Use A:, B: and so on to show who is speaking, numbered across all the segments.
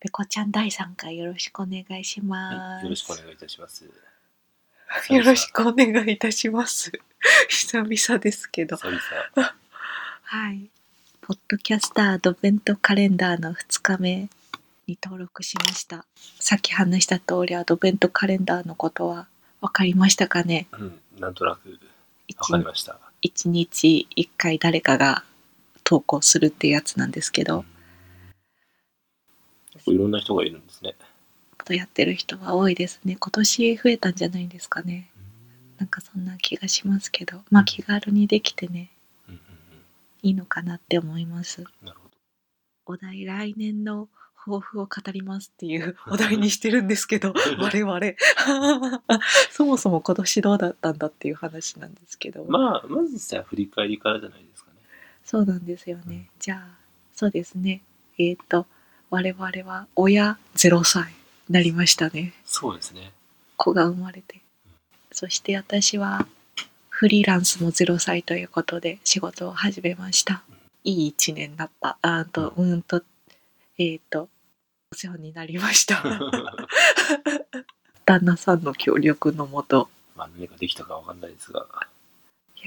A: ペコちゃん第3回よろしくお願いしま
B: はい、
A: す。
B: よろしくお願いいたします。
A: よろしくお願いいたします。 久々ですけど。
B: 久々。
A: はい。ポッドキャスターアドベントカレンダーの2日目に登録しました。さっき話した通りアドベントカレンダーのことは分かりましたかね
B: うん、なんとなくわかり
A: 1,
B: ました。
A: 日1回誰かが投稿するってやつなんですけ
B: う
A: ど
B: ん、結構いろんな人がいるんですね。
A: やってる人は多いですね。今年増えたんじゃないんですかね。なんかそんな気がしますけど、まあ気軽にできてね、
B: うんうん
A: いいのかなって思います。
B: うん、なるほど。
A: お題来年の抱負を語りますっていうお題にしてるんですけど我々 そもそも今年どうだったんだっていう話なんですけど、
B: まあ、まずさ、振り返りからじゃないですかね。
A: そうなんですよね、
B: うん
A: じゃあそうですねえっ、と我々は親0歳になりましたね
B: そうです ね。
A: 子が生まれてそして私はフリーランスも0歳ということで仕事を始めましたいい一年だったあーとうーんとえっ、とお世話になりました 旦那さんの協力のもと
B: まあ、何かできたかわかんないですが、あ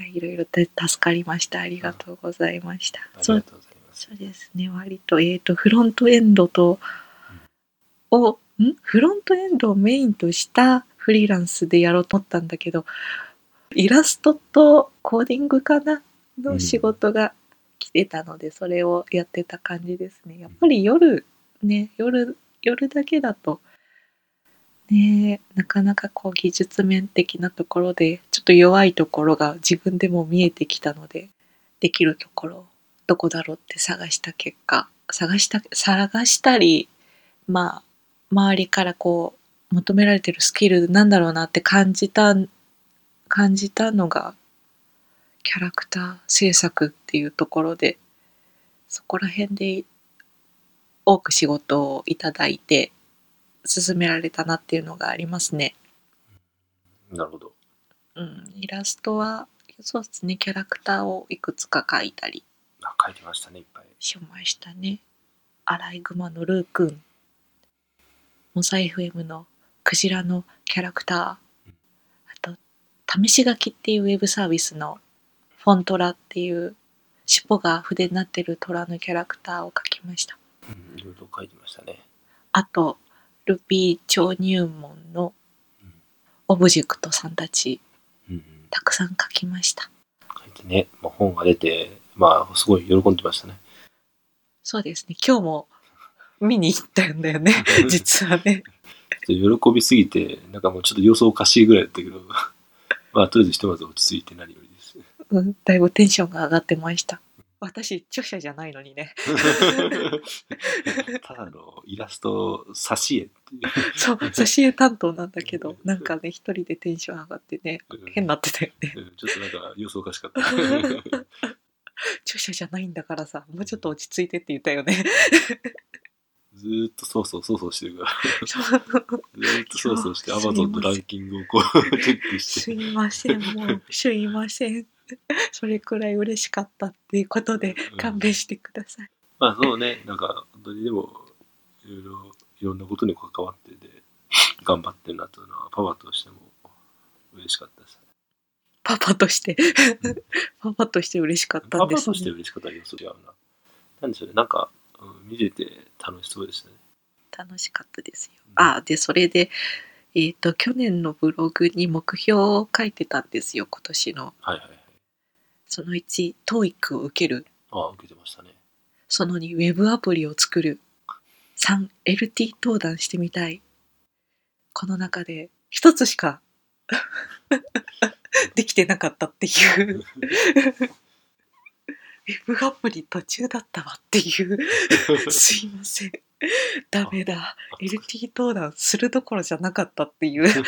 A: いやいろいろで助かりましたありがとうございました、
B: り
A: そ
B: が
A: う
B: とうございます。
A: そうですね割とえっ、とフロントエンドとをんフロントエンドをメインとしたフリーランスでやろうと思ったんだけどイラストとコーディングかな
B: う
A: の
B: ん
A: 仕事が来てたので、それをやってた感じですねやっぱり夜ね夜夜だけだとねえなかなかこう技術面的なところでちょっと弱いところが自分でも見えてきたのでできるところどこだろうって探した結果探した探したりまあ周りからこう求められてるスキルなんだろうなって感じた感じたのがキャラクター制作っていうところでそこら辺で多く仕事をいただいて進められたなっていうのがありますね。
B: なるほど。
A: うん、イラストはそうですねキャラクターをいくつか描いたり
B: あ、書いてましたね、いっぱい。
A: しましたね。アライグマのルーくん、モサ FM のクジラのキャラクター、あと、試し書きっていうウェブサービスのフォントラっていう尻尾が筆になってる虎のキャラクターを描きました。
B: うん、いろいろ書いてましたね。
A: あと、ルビー超入門の
B: うん
A: オブジェクトさんたち、
B: うんうん、
A: たくさん描きました。
B: 書いてね、まあ、本が出て、まあ、すごい喜んでましたね。
A: そうですね、今日も見に行ったんだよね、実はね。
B: ちょっと喜びすぎて、なんかもうちょっと様子おかしいぐらいだったけど、 まあ、とりあえずひとまず落ち着いて何より です。
A: うん、だいぶテンションが上がってました。私、著者じゃないのに ね。
B: ただのイラスト挿絵っていう
A: そう、挿絵担当なんだけど、なんかね、一人でテンション上がってね、変になってたよね。
B: うんちょっとなんか様子おかしかった。 うん
A: 著者じゃないんだからさ、もうちょっと落ち着いてって言ったよね。
B: ずーっとそうそうそうそうしてるから、
A: そう
B: ずーっとそうそうして
A: いや
B: Amazon とランキングをこうチェックし
A: す
B: て。
A: いません、もう、すいません。それくらい嬉しかったっていうことで、勘弁してください。
B: まあそうね、なんか本当にでも、いろいろ、いろんなことに関わってて、頑張ってるなというのは、パワーとしても嬉しかったです。
A: パパとして、パパとして嬉しかった
B: パ
A: んで
B: パ
A: す、
B: として嬉しかったら予想違うな。なんでしょうね、なんか、うん見てて楽しそうでしたね。
A: 楽しかったですよ。あでそれで、えー、と去年のブログに目標を書いてたんですよ今年の
B: はいはいはい。
A: その1 TOEIC を受ける
B: ああ、受けてましたね。
A: その2ウェブアプリを作る 3LT 登壇してみたいこの中で一つしか できてなかったっていうウェブアプリ途中だったわっていうすいませんダメだ LT 登壇するどころじゃなかったっていう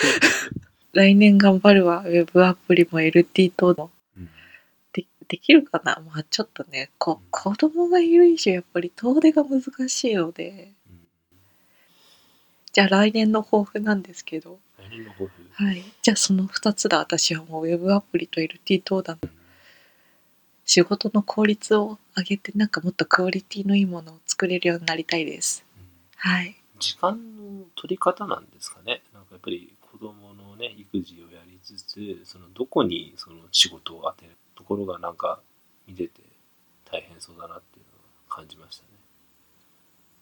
A: 来年頑張るわウェブアプリも LT 等も
B: うん
A: でできるかなまあちょっとねこ子供がいる以上やっぱり遠出が難しいので
B: うん
A: じゃあ来年の抱負なんですけど
B: 来年の抱負
A: はいじゃあその2つだ私はもうウェブアプリと LT 等だ仕事の効率を上げてなんかもっとクオリティのいいものを作れるようになりたいです
B: うん
A: はい。
B: 時間の取り方なんですかねなんかやっぱり子供のね育児をやりつつそのどこにその仕事を当てるところがなんか見てて大変そうだなっていうのは感じましたね。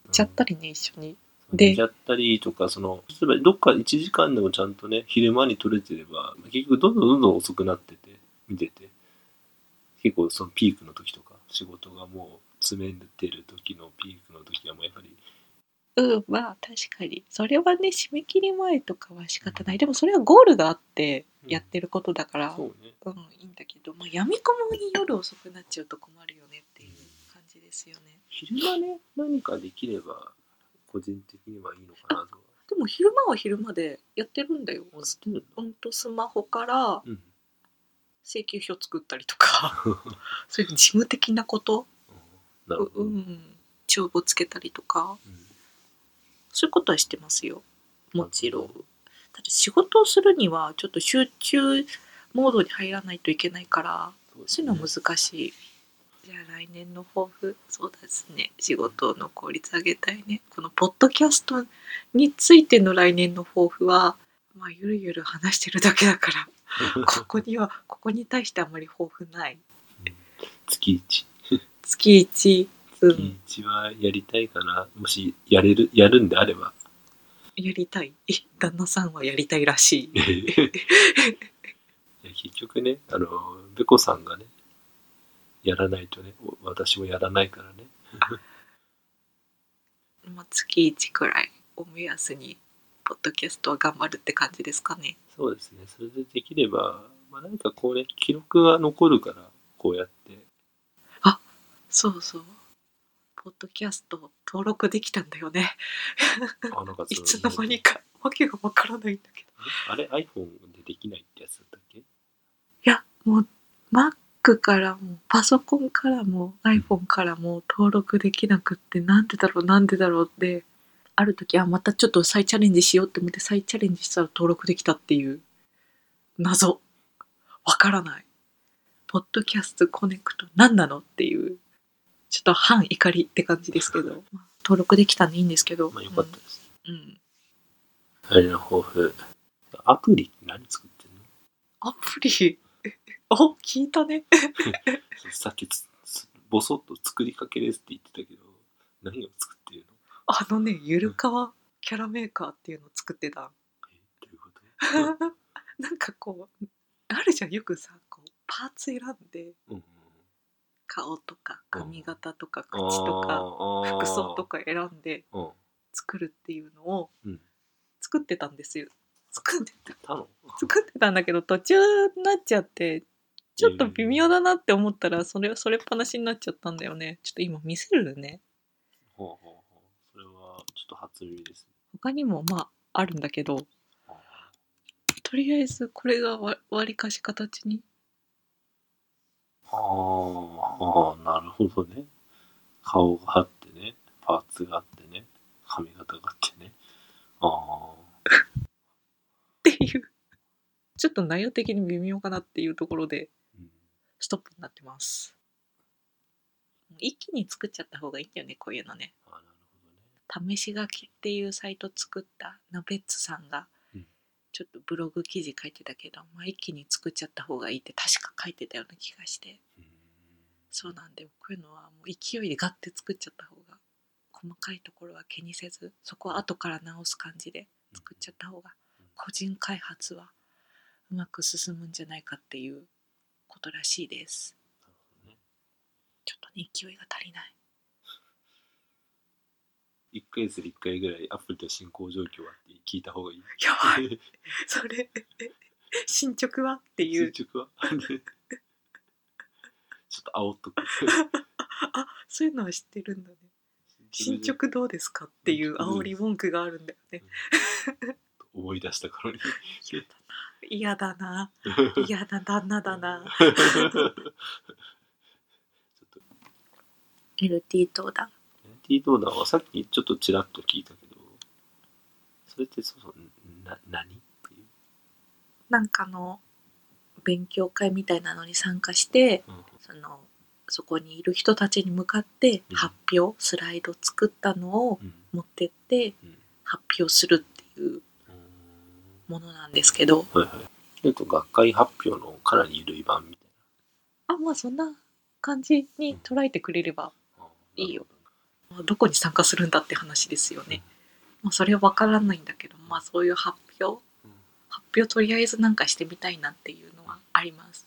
B: うん
A: ちゃったりね、一緒に。で
B: 寝ちゃったりとかその例えばどっか1時間でもちゃんとね昼間に取れてれば結局どんどんどんどん遅くなってて見てて結構そのピークの時とか仕事がもう詰めてる時のピークの時はもうやっぱり
A: うん、まあ確かに。それはね、締め切り前とかは仕方ない。でもそれはゴールがあってやってることだから、うん、
B: そうね
A: いいんだけど、まあ、闇雲に夜遅くなっちゃうと困るよねっていう感じですよね。
B: 昼間ね何かできれば個人的にはいいのかなとは
A: でも昼間は昼間でやってるんだよ。
B: あ知ってる
A: ほんとスマホから
B: のうん
A: 請求書作ったりと か、そういう事務的なこと、
B: な
A: う
B: るほど、
A: う
B: うん
A: ん、帳簿つけたりとか、そういうことはしてますよ。もちろん。ただ仕事をするにはちょっと集中モードに入らないといけないから、
B: そうです
A: そう
B: ね
A: いうのは難しい。じゃあ来年の抱負、そうですね。仕事の効率上げたいね。このポッドキャストについての来年の抱負は、まあゆるゆる話してるだけだ から、ここには、ここに対してあんまり抱負ない。
B: 月一
A: 月一、うん、
B: 月一はやりたいかなもしやれるやるんであれば
A: やりたい。旦那さんはやりたいらし い。
B: いや結局ねあのべこさんがねやらないとねお私もやらないからね
A: まあ、月一くらいを目安に、ポッドキャストは頑張るって感じですかね。
B: そうですねそれでできれば、まあ、何かこうね記録が残るからこうやって
A: そうそう。ポッドキャスト登録できたんだよね。
B: あなんかそ
A: いつの間にか、わけがわからないんだけど。
B: あれ iPhone でできないってやつだったっけ
A: いや、もう、Mac からも、パソコンからも、iPhone からも登録できなくって、なんでだろう、なんでだろうって、ある時、あ、またちょっと再チャレンジしようって思って、再チャレンジしたら登録できたっていう、謎。わからない。ポッドキャストコネクト、何なのっていう、ちょっと反怒りって感じですけ ど、まあ登録できたんでいいんですけど。
B: まあよかったです、
A: うんうん
B: あれの抱負。アプリって何作ってんの
A: アプリ、お、聞いたね。
B: さっきつつボソッと作りかけですって言ってたけど、何を作ってるの
A: あのね、ゆるかわキャラメーカーっていうのを作ってた。
B: えどういうこと
A: なんかこう、あるじゃん、よくさ、こう、パーツ選んで、
B: うんうん
A: 顔とか髪型とか
B: あ
A: 口
B: ー
A: とか
B: あー
A: 服装とか選んで
B: うん。
A: 作るっていうのを
B: うん
A: 作ってたんですよ。作ってた。
B: たの
A: 作ってたんだけど、途中になっちゃって、ちょっと微妙だなって思ったら、それ、それっぱなしになっちゃったんだよね。ちょっと今見せるね。
B: ほうほうほう。それはちょっと初耳ですね。
A: 他にもまああるんだけどとりあえずこれがわ割りかし形に
B: あーあー、なるほどね。顔があってね、パーツがあってね、髪型があってね。ああ。
A: っていうちょっと内容的に微妙かなっていうところで
B: うん
A: ストップになってます一気に作っちゃった方がいいんだよねこういうのね
B: あーなるほど
A: 試
B: ね。
A: し書きっていうサイト作ったナベッツさんが
B: うん
A: ちょっとブログ記事書いてたけど、まあ、一気に作っちゃった方がいいって確か書いてたような気がして
B: うん
A: そうなんでこういうのはもう勢いでガッて作っちゃった方が細かいところは気にせずそこは後から直す感じで作っちゃった方が個人開発はうまく進むんじゃないかっていうことらしいです
B: なるほどね。
A: ちょっとね勢いが足りない
B: 1ヶ月で1回ぐらいアップルと進行状況はって聞いた方がいい。
A: やばいそれ進捗はっていう
B: 進 捗はちょっと煽っと く。
A: あそういうのは知ってるんだね 進捗どうですかっていう煽り文句があるんだよね
B: 思い出した頃に。
A: 嫌だ な嫌だ旦那だな
B: ちょっと
A: LT 等だ
B: NT ドーナーはさっきちょっとちらっと聞いたけど、それってそもそもな何っていう。
A: なんかの勉強会みたいなのに参加して
B: うん
A: そのそこにいる人たちに向かって
B: うん
A: 発表、スライド作ったのを
B: うん
A: 持ってって
B: うん
A: 発表するっていう
B: う
A: ものなんですけど
B: んはいはい。結構学会発表のかなり緩い版みたい
A: あまあそんな感じに捉えてくれれば
B: な。あ
A: いいよ。まあどこに参加するんだって話ですよね。まあ、それは分からないんだけど、まあ、そういう発表
B: うん
A: 発表とりあえずなんかしてみたいなっていうのはあります。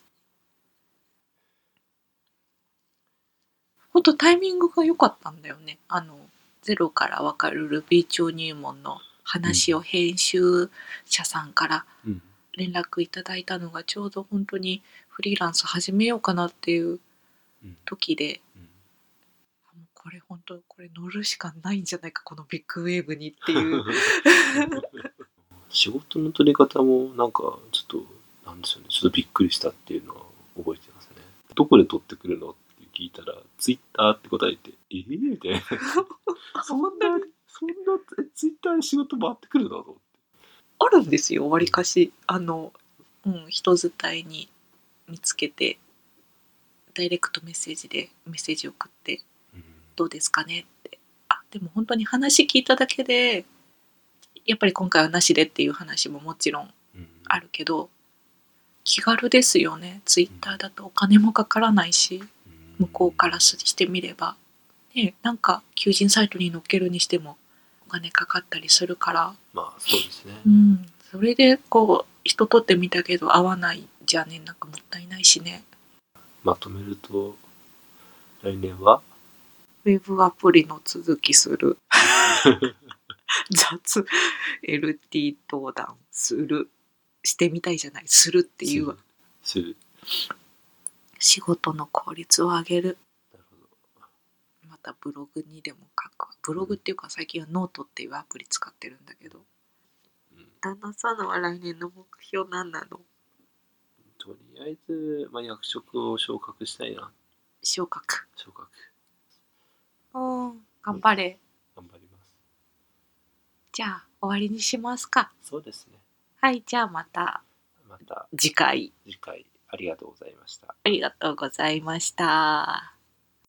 A: 本当タイミングが良かったんだよね。あのゼロからわかるルビー町入門の話を編集者さんから
B: うん。
A: 連絡いただいたのがちょうど本当にフリーランス始めようかなっていう
B: うん。
A: 時で、
B: うん
A: あもうこれ本当これ乗るしかないんじゃないかこのビッグウェーブにっていう。
B: 仕事の取り方もなんかちょっとなんでしょうねちょっとびっくりしたっていうのは覚えてますねどこで取ってくるのって聞いたらツイッターって答えてええみたいなそんなそんなツイッターで仕事回ってくるのと思
A: あるんですよわりかしあの、うん、人伝いに見つけてダイレクトメッセージでメッセージ送って
B: って、
A: 「どうですかね?」ってあでも本当に話聞いただけでやっぱり今回はなしでっていう話ももちろん
B: うんうん、
A: あるけど気軽ですよねツイッターだとお金もかからないし向こうからしてみれば、ね、なんか求人サイトに載っけるにしてもお金かかったりするから
B: まあそうですね、
A: うん、それでこう人取ってみたけど合わないじゃねなんかもったいないしね
B: まとめると来年は
A: ウェブアプリの続きする 雑 LT 登壇するしてみたいじゃないするっていうわ
B: する
A: 仕事の効率を上げる
B: なるほど
A: またブログにでも書くブログっていうか最近はノートっていうアプリ使ってるんだけど
B: うん
A: 旦那さんのは来年の目標何なの
B: とりあえず、まあ、役職を昇格したいな
A: 昇格
B: 昇格
A: うん頑張れ
B: 頑張ります
A: じゃあ終わりにしますか
B: そうですね
A: はいじゃあまた
B: また
A: 次回
B: 次回ありがとうございました。
A: ありがとうございました。